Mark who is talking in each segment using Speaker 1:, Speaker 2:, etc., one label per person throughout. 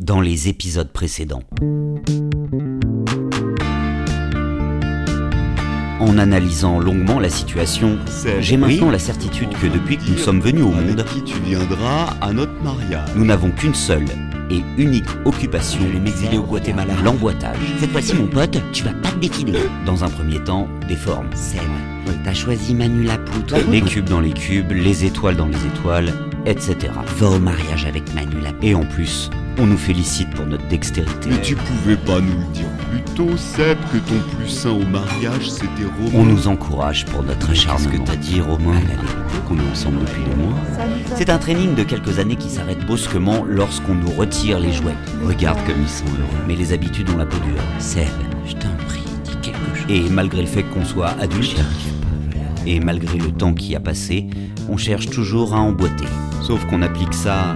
Speaker 1: dans les épisodes précédents. En analysant longuement la situation,
Speaker 2: C'est
Speaker 1: j'ai maintenant
Speaker 2: oui.
Speaker 1: la certitude que
Speaker 2: On va
Speaker 1: depuis que
Speaker 2: dire
Speaker 1: nous sommes venus au
Speaker 2: avec
Speaker 1: monde,
Speaker 2: qui tu viendras à notre mariage.
Speaker 1: nous n'avons qu'une seule et unique occupation,
Speaker 3: Je vais m'exiler au Guatemala.
Speaker 1: l'emboîtage.
Speaker 3: Cette fois-ci, mon pote, tu vas pas te défiler.
Speaker 1: Dans un premier temps, des formes. Euh,
Speaker 3: C'est vrai. T'as choisi Manu Lapoutre.
Speaker 1: Les cubes dans les cubes, les étoiles dans les étoiles, etc.
Speaker 3: Va au mariage avec Manu Lapoutre.
Speaker 1: Et en plus, on nous félicite pour notre dextérité.
Speaker 2: Mais tu pouvais pas nous le dire plus tôt, Seb, que ton plus sain au mariage, c'était Romain.
Speaker 1: On nous encourage pour notre acharnement.
Speaker 3: qu'est-ce que t'as
Speaker 1: dit, Romain Qu'on est ensemble depuis des mois. C'est un training de quelques années qui s'arrête brusquement lorsqu'on nous retire les jouets. Regarde comme ils sont heureux. Mais les habitudes ont la peau dure.
Speaker 3: Seb, je t'en prie, dis quelque chose.
Speaker 1: Et malgré le fait qu'on soit adulte, et malgré le temps qui a passé, on cherche toujours à emboîter. Sauf qu'on applique ça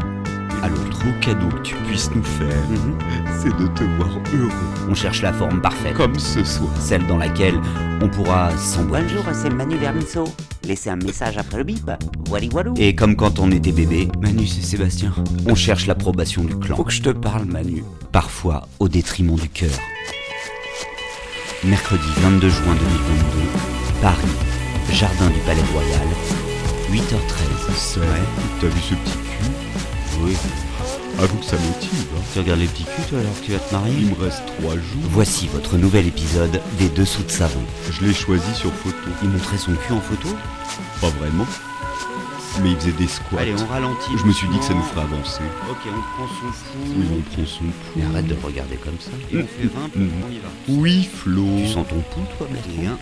Speaker 1: à l'autre.
Speaker 2: Au cadeau que tu puisses nous faire,
Speaker 1: Mhm.
Speaker 2: c'est de te voir heureux,
Speaker 1: On cherche la forme parfaite,
Speaker 2: comme ce soir.
Speaker 1: celle dans laquelle on pourra s'emboîter.
Speaker 3: Bonjour, c'est Manu Vermisso. Laissez un message après le bip. Wally Walou.
Speaker 1: Et comme quand on était bébé, Manu c'est Sébastien. On cherche l'approbation du clan. Faut que je te parle, Manu. Parfois au détriment du cœur. Mercredi 22 juin 2022, Paris, jardin du Palais Royal, 8h13.
Speaker 2: Seb, t'as vu ce petit cul
Speaker 1: Oui.
Speaker 2: Avoue que ça me motive, hein.
Speaker 1: Tu regardes les petits culs toi alors que tu vas te
Speaker 2: Il
Speaker 1: marier
Speaker 2: me reste trois jours.
Speaker 1: Voici votre nouvel épisode des Dessous de Savon.
Speaker 2: Je l'ai choisi sur photo.
Speaker 1: Il montrait son cul en photo
Speaker 2: Pas vraiment. Mais il faisait des squats.
Speaker 1: Allez, on ralentit.
Speaker 2: Je me suis dit que ça nous ferait avancer.
Speaker 1: Ok, on prend son fou.
Speaker 2: Oui, on prend son pouls.
Speaker 1: Mais arrête de le regarder comme ça. Et on fait 20
Speaker 2: Mm.
Speaker 1: on y va.
Speaker 2: Oui, Flo.
Speaker 1: Tu sens ton pouls, toi, Bertrand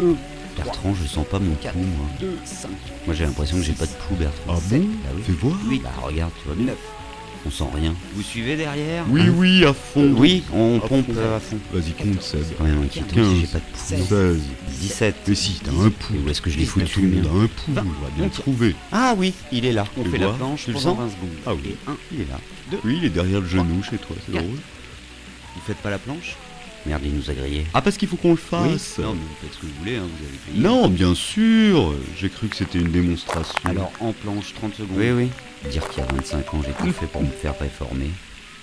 Speaker 1: 1, 2, 1. Bertrand, je sens pas mon pouls, moi. 2, 5. Moi, j'ai l'impression que j'ai pas de pouls, Bertrand.
Speaker 2: Ah
Speaker 1: Sept.
Speaker 2: bon
Speaker 1: Bah oui.
Speaker 2: Fais voir.
Speaker 1: Oui, bah regarde, tu vois. 9. On sent rien. Vous suivez derrière
Speaker 2: Oui, oui, à fond.
Speaker 1: Hein Oui, on
Speaker 2: À
Speaker 1: pompe
Speaker 2: fond.
Speaker 1: euh, à fond.
Speaker 2: Vas-y, compte, Seb.
Speaker 1: C'est quand même inquiétant si
Speaker 2: Quinze.
Speaker 1: j'ai pas de pouls.
Speaker 2: 16.
Speaker 1: 17.
Speaker 2: Mais si, t'as un pouls.
Speaker 1: Et où est-ce que je l'ai
Speaker 2: Tout
Speaker 1: foutu,
Speaker 2: le
Speaker 1: le
Speaker 2: monde
Speaker 1: mien
Speaker 2: a un pouls. On va bien
Speaker 1: Ok.
Speaker 2: trouver.
Speaker 1: Ah oui, il est là. On
Speaker 2: Tu
Speaker 1: fait
Speaker 2: le
Speaker 1: la
Speaker 2: vois
Speaker 1: planche
Speaker 2: Tu le
Speaker 1: pendant
Speaker 2: sens
Speaker 1: 20 secondes.
Speaker 2: Ah oui.
Speaker 1: Et 1, il est là.
Speaker 2: Oui, il est derrière le genou chez toi, c'est
Speaker 1: Quatre.
Speaker 2: drôle.
Speaker 1: Vous faites pas la planche Merde, il nous a grillé.
Speaker 2: Ah, parce qu'il faut qu'on le fasse.
Speaker 1: Non, mais vous faites ce que vous voulez, hein, vous avez payé.
Speaker 2: Non, bien sûr. J'ai cru que c'était une démonstration.
Speaker 1: Alors en planche 30 secondes. Oui, oui. Dire qu'il y a 25 ans, j'ai tout fait pour me faire réformer.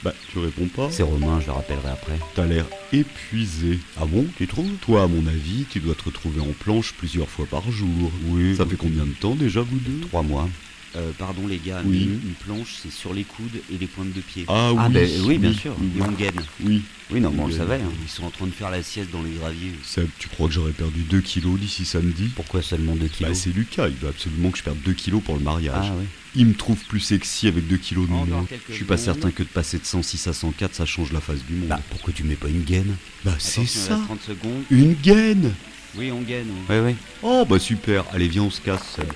Speaker 2: Bah, tu réponds pas.
Speaker 1: C'est Romain, je le rappellerai après.
Speaker 2: T'as l'air épuisé. Ah bon, tu trouves Toi, à mon avis, tu dois te retrouver en planche plusieurs fois par jour. Oui. Ça fait combien de temps déjà, vous deux
Speaker 1: 3 mois. Euh, pardon les gars,
Speaker 2: Oui.
Speaker 1: mais une planche c'est sur les coudes et les pointes de pied.
Speaker 2: Ah oui.
Speaker 1: ben, oui, bien sûr.
Speaker 2: oui,
Speaker 1: Et on gaine.
Speaker 2: Oui.
Speaker 1: Oui, non, mais on le
Speaker 2: Oui.
Speaker 1: savait. hein. Ils sont en train de faire la sieste dans les graviers.
Speaker 2: Seb, tu crois que j'aurais perdu 2 kilos d'ici samedi
Speaker 1: Pourquoi seulement 2
Speaker 2: Bah,
Speaker 1: kilos
Speaker 2: c'est Lucas, il veut absolument que je perde 2 kilos pour le mariage.
Speaker 1: Ah oui.
Speaker 2: Il me trouve plus sexy avec 2 kilos de
Speaker 1: Encore
Speaker 2: moins.
Speaker 1: quelques
Speaker 2: Mmh. Je suis pas
Speaker 1: secondes.
Speaker 2: certain que de passer de 106 à 104, ça change la face du monde.
Speaker 1: Bah pourquoi tu mets pas une gaine
Speaker 2: Bah, c'est
Speaker 1: Attention, il
Speaker 2: ça
Speaker 1: reste 30 secondes.
Speaker 2: Une gaine
Speaker 1: Oui, on gaine. oui.
Speaker 2: Ouais, ouais. Oh, bah super. Allez, viens, on se casse, Seb.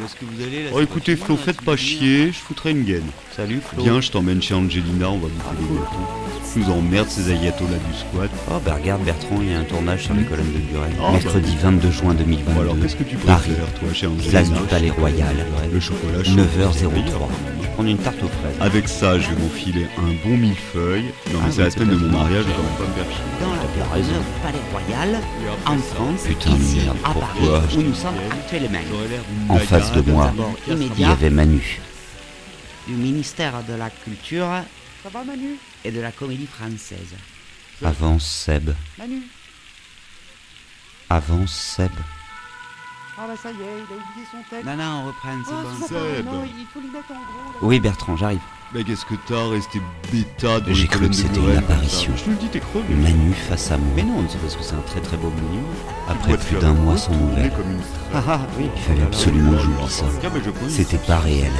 Speaker 1: Où est-ce que vous allez là
Speaker 2: Oh,
Speaker 1: c'est
Speaker 2: écoutez,
Speaker 1: pas loin,
Speaker 2: Flo,
Speaker 1: là,
Speaker 2: faites
Speaker 1: tu
Speaker 2: pas
Speaker 1: veux venir
Speaker 2: chier, je foutrai une gaine.
Speaker 1: Salut Flo.
Speaker 2: Viens, je t'emmène chez Angelina, on va bouffer des gâteaux. Je nous emmerde ces agatos là du squat.
Speaker 1: Oh bah regarde Bertrand, il y a un tournage sur les colonnes de Burel.
Speaker 2: Ah,
Speaker 1: Mercredi 22 juin 2022.
Speaker 2: Bon, alors, qu'est-ce que tu
Speaker 1: Paris,
Speaker 2: préfères, toi, chez Angelina
Speaker 1: place du Palais Royal.
Speaker 2: Le chocolat chaud.
Speaker 1: 9h03. Prendre une tarte aux fraises.
Speaker 2: Avec ça, je vais m'enfiler un bon millefeuille. Non, mais
Speaker 1: Ah,
Speaker 2: c'est la
Speaker 1: oui,
Speaker 2: semaine de mon
Speaker 1: peut-être.
Speaker 2: mariage, je vais quand même pas me faire chier.
Speaker 3: Dans la
Speaker 1: bien raison.
Speaker 3: Gouverneur du Palais Royal, en France,
Speaker 1: Putain,
Speaker 3: ici,
Speaker 1: merde,
Speaker 3: à
Speaker 1: pourquoi
Speaker 3: Paris, où nous sommes actuellement.
Speaker 1: En face de moi, Bah, il y
Speaker 3: Immédiat
Speaker 1: avait Manu.
Speaker 3: du ministère de la Culture et de la Comédie Française.
Speaker 1: Avance Seb.
Speaker 4: Manu
Speaker 1: Avance Seb.
Speaker 4: Ah bah ça y est, il a oublié son texte.
Speaker 3: Non, non, on reprend, c'est
Speaker 4: Oh,
Speaker 3: bon.
Speaker 4: c'est pas grave,
Speaker 2: Seb.
Speaker 4: non, il faut lui mettre en gros. là.
Speaker 1: Oui Bertrand, j'arrive.
Speaker 2: Mais qu'est-ce que t'as, resté bêta de
Speaker 1: J'ai cru que c'était une apparition.
Speaker 2: Je te le dis, t'es crevé.
Speaker 1: Manu face à moi.
Speaker 3: Mais
Speaker 1: non, c'est parce que c'est un très très beau menu.
Speaker 2: Tu
Speaker 1: Après
Speaker 2: dois te
Speaker 1: plus
Speaker 2: faire
Speaker 1: d'un
Speaker 2: un
Speaker 1: mois
Speaker 2: coup,
Speaker 1: sans
Speaker 2: tourner
Speaker 1: nouvelles,
Speaker 2: comme une
Speaker 3: Ah, ah, oui.
Speaker 1: il fallait absolument que j'oublie ça.
Speaker 2: Tiens, mais je pose.
Speaker 1: C'était pas réel.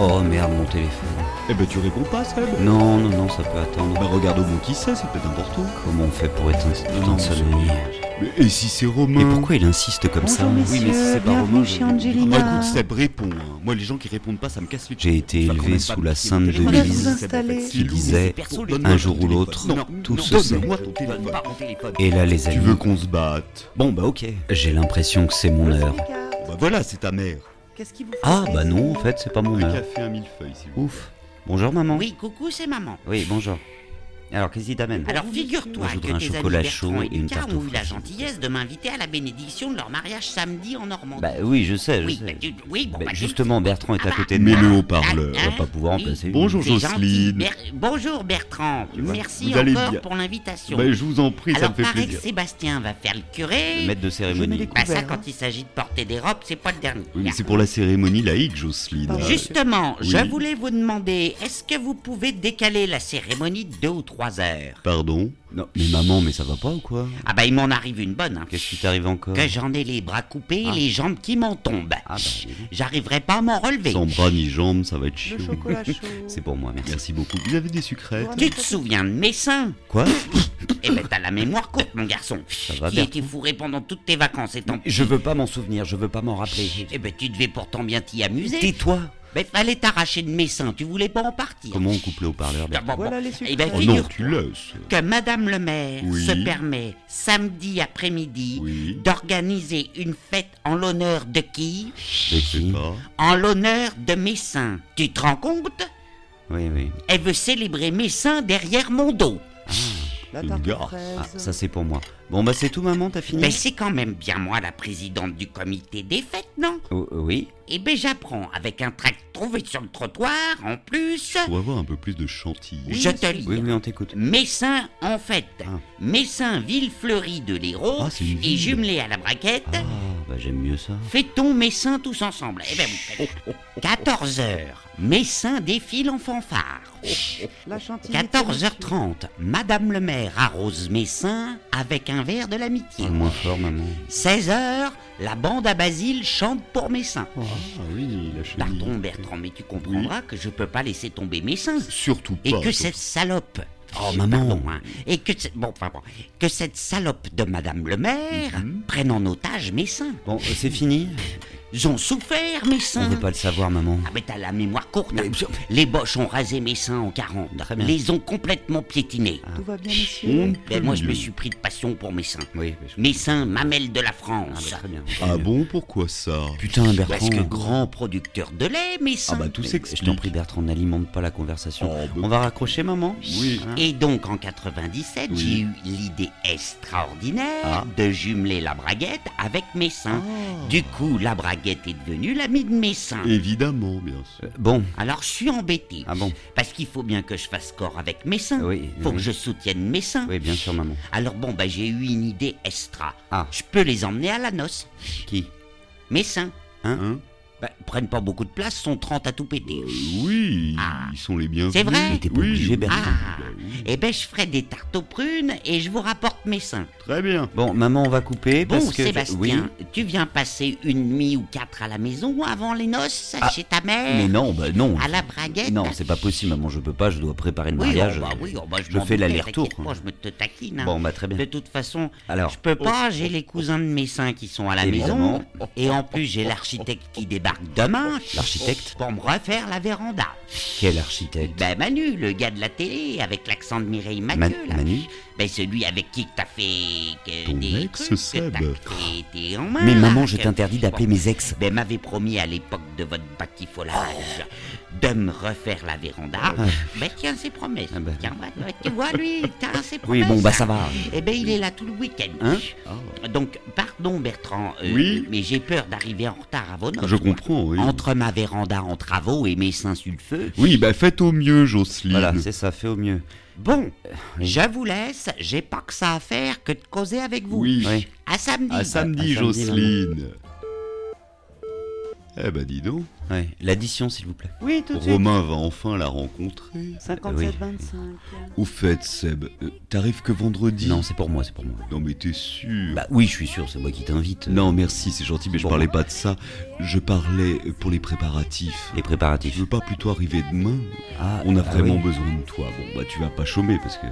Speaker 1: Oh merde mon téléphone.
Speaker 2: Eh ben, tu réponds pas, Seb.
Speaker 1: Non, non, non, ça peut
Speaker 2: Bah,
Speaker 1: attendre.
Speaker 2: regarde au bout qui sait, c'est peut-être important.
Speaker 1: Comment on fait pour éteindre cette putain de sonnerie
Speaker 2: Mais et si c'est Romain
Speaker 1: Et pourquoi il insiste comme ça
Speaker 4: Bonjour messieurs,
Speaker 1: Oui, mais si c'est pas
Speaker 4: bienvenue
Speaker 1: Romain,
Speaker 4: chez
Speaker 2: Bah,
Speaker 4: Angelina.
Speaker 2: écoute, Seb répond. hein. Moi, les gens qui répondent pas, ça me casse les
Speaker 1: J'ai été
Speaker 2: Enfin, quand
Speaker 1: élevé
Speaker 2: même
Speaker 1: sous
Speaker 2: pas
Speaker 1: la
Speaker 2: piquer le
Speaker 1: sainte
Speaker 2: téléphone.
Speaker 4: devise
Speaker 2: Regarde, Seb,
Speaker 4: qui
Speaker 2: en fait, c'est
Speaker 1: qui
Speaker 2: lourd,
Speaker 1: disait,
Speaker 2: c'est perso, les
Speaker 1: un
Speaker 2: gars.
Speaker 1: jour ou
Speaker 2: Donne-moi
Speaker 1: l'autre,
Speaker 2: ton téléphone.
Speaker 1: tout
Speaker 2: Non,
Speaker 1: se
Speaker 2: non,
Speaker 1: sait.
Speaker 2: donne-moi ton téléphone.
Speaker 1: Et là, les
Speaker 2: Tu
Speaker 1: amis,
Speaker 2: veux qu'on se batte
Speaker 1: bon bah ok. J'ai l'impression que c'est mon heure.
Speaker 4: Regarde,
Speaker 2: Bah voilà, c'est ta mère.
Speaker 4: Qu'est-ce qu'il vous fait
Speaker 1: Ah bah non, en fait, c'est pas mon
Speaker 2: Un
Speaker 1: heure.
Speaker 2: café, un millefeuille, s'il vous plaît.
Speaker 1: Ouf. Bonjour maman.
Speaker 3: Oui, coucou, c'est maman.
Speaker 1: Oui, bonjour. Alors, qu'est-ce qui t'amène
Speaker 3: Alors figure-toi
Speaker 1: Moi, je voudrais
Speaker 3: que
Speaker 1: un
Speaker 3: tes amis
Speaker 1: chocolat chaud
Speaker 3: Bertrand et
Speaker 1: et une
Speaker 3: Lucas
Speaker 1: tarte aux
Speaker 3: ont eu la
Speaker 1: fraises.
Speaker 3: gentillesse de m'inviter à la bénédiction de leur mariage samedi en Normandie.
Speaker 1: Bah oui, je sais, je
Speaker 3: oui,
Speaker 1: sais.
Speaker 3: bah, tu- oui, bon,
Speaker 1: Bah,
Speaker 3: bah, tu-
Speaker 1: justement, Bertrand est à
Speaker 3: Ah,
Speaker 1: côté de
Speaker 2: Mais
Speaker 1: moi.
Speaker 2: le haut-parleur,
Speaker 3: Ah,
Speaker 1: on va pas pouvoir en
Speaker 3: oui.
Speaker 1: passer. une.
Speaker 2: Bonjour
Speaker 3: C'est gentil.
Speaker 2: Jocelyne.
Speaker 3: Ber- Bonjour Bertrand.
Speaker 2: vois,
Speaker 3: Merci
Speaker 2: vous allez
Speaker 3: encore
Speaker 2: bien.
Speaker 3: pour l'invitation.
Speaker 2: Bah, je vous en prie, ça
Speaker 3: Alors
Speaker 2: me fait
Speaker 3: paraît
Speaker 2: plaisir.
Speaker 3: que Sébastien va faire le curé.
Speaker 1: Le maître de
Speaker 4: Je mets
Speaker 1: cérémonie.
Speaker 4: les
Speaker 3: Bah ça,
Speaker 4: Couvert, hein.
Speaker 3: quand il s'agit de porter des robes, c'est pas le dernier.
Speaker 2: Oui, mais c'est pour la cérémonie laïque, Jocelyne.
Speaker 4: Pardon.
Speaker 2: Euh,
Speaker 3: Justement,
Speaker 2: Oui.
Speaker 3: je voulais vous demander, est-ce que vous pouvez décaler la cérémonie de deux ou trois heures
Speaker 2: Pardon
Speaker 1: Non, mais maman, mais ça va pas ou quoi
Speaker 3: Ah bah il m'en arrive une bonne. hein.
Speaker 1: Qu'est-ce qui t'arrive encore
Speaker 3: Que j'en ai les bras coupés, et
Speaker 1: Ah.
Speaker 3: les jambes qui m'en tombent.
Speaker 1: Ah, bah, dis donc.
Speaker 3: J'arriverai pas à m'en relever.
Speaker 2: Sans bras ni jambes, ça va être chiant.
Speaker 4: Le chocolat chaud.
Speaker 1: C'est pour moi, merci.
Speaker 2: Merci beaucoup. Vous avez des sucrètes
Speaker 3: Tu te souviens de mes seins
Speaker 1: Quoi
Speaker 3: Eh ben t'as la mémoire courte, mon garçon.
Speaker 1: va,
Speaker 3: qui
Speaker 1: Bertrand.
Speaker 3: était fourré pendant toutes tes vacances et ton...
Speaker 1: Je veux pas m'en souvenir, je veux pas m'en rappeler.
Speaker 3: Eh ben tu devais pourtant bien t'y amuser.
Speaker 1: Tais-toi
Speaker 3: Ben fallait t'arracher de mes seins, tu voulais pas en partir.
Speaker 1: Comment on coupe le haut-parleur Bertrand
Speaker 3: Ah, bon,
Speaker 4: Voilà
Speaker 3: bon.
Speaker 4: les sucres.
Speaker 3: Eh ben
Speaker 2: Oh non,
Speaker 3: figure
Speaker 2: tu laisses.
Speaker 3: que Madame le maire
Speaker 2: Oui.
Speaker 3: se permet, samedi après-midi,
Speaker 2: Oui.
Speaker 3: d'organiser une fête en l'honneur de qui
Speaker 2: Je sais pas.
Speaker 3: En l'honneur de Messin. Tu te rends compte
Speaker 1: Oui, oui.
Speaker 3: Elle veut célébrer Messin derrière mon dos.
Speaker 4: La tarte
Speaker 2: Gare.
Speaker 4: aux
Speaker 1: Ah,
Speaker 4: fraises.
Speaker 1: ça c'est pour moi. Bon bah c'est tout maman, t'as fini
Speaker 3: Mais c'est quand même bien moi la présidente du comité des fêtes, non
Speaker 1: Oh, Oui
Speaker 3: Eh ben j'apprends, avec un tract trouvé sur le trottoir, en plus,
Speaker 2: Pour avoir un peu plus de chantilly.
Speaker 3: je te lis.
Speaker 1: Oui, oui, on t'écoute.
Speaker 3: Messin en fête.
Speaker 1: Ah.
Speaker 3: Messin, ville fleurie de l'Hérault,
Speaker 2: Ah, c'est une
Speaker 3: et
Speaker 2: ville.
Speaker 3: jumelée à la braquette.
Speaker 1: Ah, bah j'aime mieux ça.
Speaker 3: Fêtons Messin tous ensemble. Eh ben, vous faites- 14 h Messin défile en fanfare.
Speaker 4: La chantilly.
Speaker 3: 14h30, Madame le maire arrose Messin avec un verre de l'amitié.
Speaker 1: C'est moins fort maman.
Speaker 3: 16h, la bande à Basile chante pour Messin.
Speaker 2: Ah oui, la chenille.
Speaker 3: Pardon Bertrand, mais tu comprendras que je peux pas laisser tomber Messin.
Speaker 2: Surtout pas.
Speaker 3: Et
Speaker 2: surtout
Speaker 3: que cette salope.
Speaker 1: Oh, maman.
Speaker 3: Pardon, hein. Et que, ce- bon, enfin, bon. que cette salope de Madame le maire prenne en otage Messin.
Speaker 1: Mhm. Bon, euh, c'est fini
Speaker 3: Ils ont souffert
Speaker 1: On
Speaker 3: Messin.
Speaker 1: veut pas le savoir maman.
Speaker 3: Ah mais t'as la mémoire courte. hein.
Speaker 1: Mais-
Speaker 3: Les Boches ont rasé Messin en 40.
Speaker 1: Très bien. Ah.
Speaker 3: Les ont complètement piétinés.
Speaker 4: Tout va bien,
Speaker 2: On
Speaker 4: messieurs.
Speaker 3: Ben,
Speaker 2: peut
Speaker 3: moi, je me
Speaker 2: mieux.
Speaker 3: suis pris de passion pour Messin.
Speaker 1: Oui, mais je-
Speaker 3: Messin, mamelle de la
Speaker 1: Ah,
Speaker 3: France.
Speaker 1: bah, très bien.
Speaker 2: Ah bon, pourquoi ça
Speaker 1: Putain
Speaker 3: Parce
Speaker 1: Bertrand.
Speaker 3: que grand producteur de lait, Messin.
Speaker 2: Ah bah tout
Speaker 1: Mais Je t'en
Speaker 2: s'explique.
Speaker 1: prie Bertrand, n'alimente pas la conversation.
Speaker 2: Oh, bah-
Speaker 1: On va raccrocher maman
Speaker 2: Oui.
Speaker 1: Hein
Speaker 3: Et donc, en 97,
Speaker 2: Oui.
Speaker 3: j'ai eu l'idée extraordinaire
Speaker 1: Ah.
Speaker 3: de jumeler la braguette avec Messin.
Speaker 2: Ah.
Speaker 3: Du coup, la braguette est devenue l'ami de Messin.
Speaker 2: Évidemment, bien sûr.
Speaker 1: Euh, Bon,
Speaker 3: Alors, je suis embêté.
Speaker 1: ah bon
Speaker 3: Parce qu'il faut bien que je fasse corps avec Messin.
Speaker 1: Oui,
Speaker 3: Faut
Speaker 1: oui.
Speaker 3: que je soutienne Messin.
Speaker 1: Oui, bien sûr maman.
Speaker 3: Alors bon, bah j'ai eu une idée extra.
Speaker 1: Ah.
Speaker 3: Je peux les emmener à la noce.
Speaker 1: Qui
Speaker 3: Messin.
Speaker 2: Hein
Speaker 3: Bah, ils prennent pas beaucoup de place, sont 30 à tout péter.
Speaker 1: Euh,
Speaker 2: Oui, ils sont les bienvenus.
Speaker 3: C'est vrai
Speaker 1: Mais t'es pas
Speaker 2: Oui,
Speaker 1: obligé,
Speaker 2: oui,
Speaker 1: Bertrand.
Speaker 3: Ah
Speaker 2: bah oui.
Speaker 3: Eh ben, je ferai des tartes aux prunes et je vous rapporte Messin.
Speaker 2: Très bien.
Speaker 1: Bon maman, on va couper
Speaker 3: Bon,
Speaker 1: parce que
Speaker 3: Sébastien,
Speaker 1: oui.
Speaker 3: tu viens passer une nuit ou quatre à la maison avant les noces, chez ta mère,
Speaker 1: Ah. Mais non, bah non.
Speaker 3: à la braguette.
Speaker 1: Non, c'est pas possible, maman, je peux pas, je dois préparer le
Speaker 3: oui,
Speaker 1: mariage.
Speaker 3: oh, bah, oui, oh, bah, je,
Speaker 1: je
Speaker 3: m'en
Speaker 1: fais
Speaker 3: doutais,
Speaker 1: l'aller-retour.
Speaker 3: t'inquiète pas, je me te taquine. hein.
Speaker 1: Bon, bah très bien.
Speaker 3: De toute façon,
Speaker 1: Alors, Oh.
Speaker 3: je peux pas, j'ai les cousins de mes seins qui sont à la
Speaker 1: Et
Speaker 3: maison.
Speaker 1: maman.
Speaker 3: Et en plus, j'ai l'architecte qui débarque demain.
Speaker 1: L'architecte
Speaker 3: Pour me refaire la véranda.
Speaker 1: Quel architecte
Speaker 3: Ben Manu, le gars de la télé, avec l'accent de Mireille
Speaker 1: Man-
Speaker 3: Mathieu, là.
Speaker 1: Manu
Speaker 3: Ben celui avec qui que t'as fait que
Speaker 2: Ton
Speaker 3: des
Speaker 2: ex,
Speaker 3: trucs, que
Speaker 2: Seb.
Speaker 3: t'as créé tes en main,
Speaker 1: Mais
Speaker 3: là,
Speaker 1: maman, je
Speaker 3: que-
Speaker 1: t'interdis d'appeler
Speaker 3: Bon.
Speaker 1: mes ex.
Speaker 3: Ben m'avait promis à l'époque de votre batifolage de me refaire la véranda. Ben tiens ses promesses.
Speaker 1: Ah ben.
Speaker 3: Tiens, voilà, ouais, tu vois lui, tiens ses
Speaker 1: Oui,
Speaker 3: promesses.
Speaker 1: bon, bah ça va.
Speaker 3: Eh ben il est là tout le week-end. Oh.
Speaker 1: Hein
Speaker 3: Donc pardon Bertrand, euh,
Speaker 2: Oui
Speaker 3: mais j'ai peur d'arriver en retard à vos notes.
Speaker 2: Je comprends, oui.
Speaker 3: Entre ma véranda en travaux et mes seins sulfeux.
Speaker 2: Oui, bah faites au mieux, Jocelyne.
Speaker 1: Voilà, c'est ça, fais au mieux.
Speaker 3: Bon, je vous laisse, j'ai pas que ça à faire que de causer avec vous.
Speaker 2: Oui.
Speaker 1: Oui.
Speaker 3: À samedi.
Speaker 2: À
Speaker 1: samedi,
Speaker 2: samedi, Jocelyne. Eh bah dis donc,
Speaker 1: Ouais. L'addition, s'il vous plaît.
Speaker 4: Oui, tout de suite.
Speaker 2: Romain va enfin la rencontrer.
Speaker 4: 57-25.
Speaker 2: Au fait, Seb, euh, t'arrives que vendredi
Speaker 1: Non, c'est pour moi, c'est pour moi.
Speaker 2: Non mais t'es sûr
Speaker 1: Bah oui, je suis sûr, c'est moi qui t'invite.
Speaker 2: Non merci, c'est gentil, mais je
Speaker 1: Bon.
Speaker 2: parlais pas de ça. Je parlais euh, pour les préparatifs.
Speaker 1: Les
Speaker 2: Tu
Speaker 1: préparatifs.
Speaker 2: veux pas plutôt arriver demain
Speaker 1: Ah,
Speaker 2: On a
Speaker 1: ah
Speaker 2: vraiment
Speaker 1: oui.
Speaker 2: besoin de toi. Bon bah tu vas pas chômer parce que...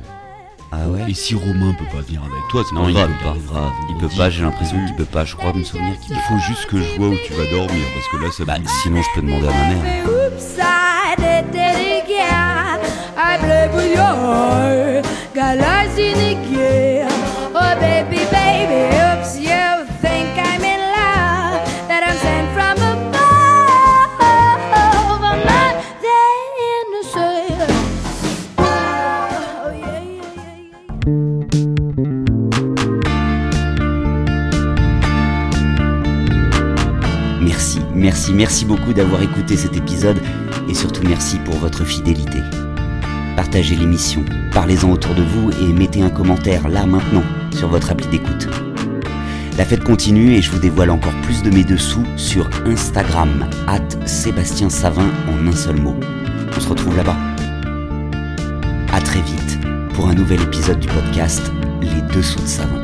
Speaker 1: Ah ouais
Speaker 2: Et si Romain peut pas venir avec toi, c'est
Speaker 1: Non,
Speaker 2: pas
Speaker 1: il
Speaker 2: grave.
Speaker 1: peut pas.
Speaker 2: arrivera
Speaker 1: Il peut
Speaker 2: vendredi.
Speaker 1: pas, j'ai l'impression qu'il peut pas. Je crois me souvenir qu'il
Speaker 2: Il faut juste que je vois où tu vas dormir parce que là ça
Speaker 1: Bah,
Speaker 2: me-
Speaker 1: sinon, je peux demander à ma mère.
Speaker 5: Café, Oops, I did it again. I play with your galas in the gear. Oh, baby, baby, oops, you think I'm in love. That I'm sent from above. I'm not the innocent. Oh, yeah, yeah.
Speaker 1: Merci, merci beaucoup d'avoir écouté cet épisode et surtout merci pour votre fidélité. Partagez l'émission, parlez-en autour de vous et mettez un commentaire là maintenant sur votre appli d'écoute. La fête continue et je vous dévoile encore plus de mes dessous sur Instagram, at Sébastien Savin en un seul mot. On se retrouve là-bas. À très vite pour un nouvel épisode du podcast Les Dessous de Savin.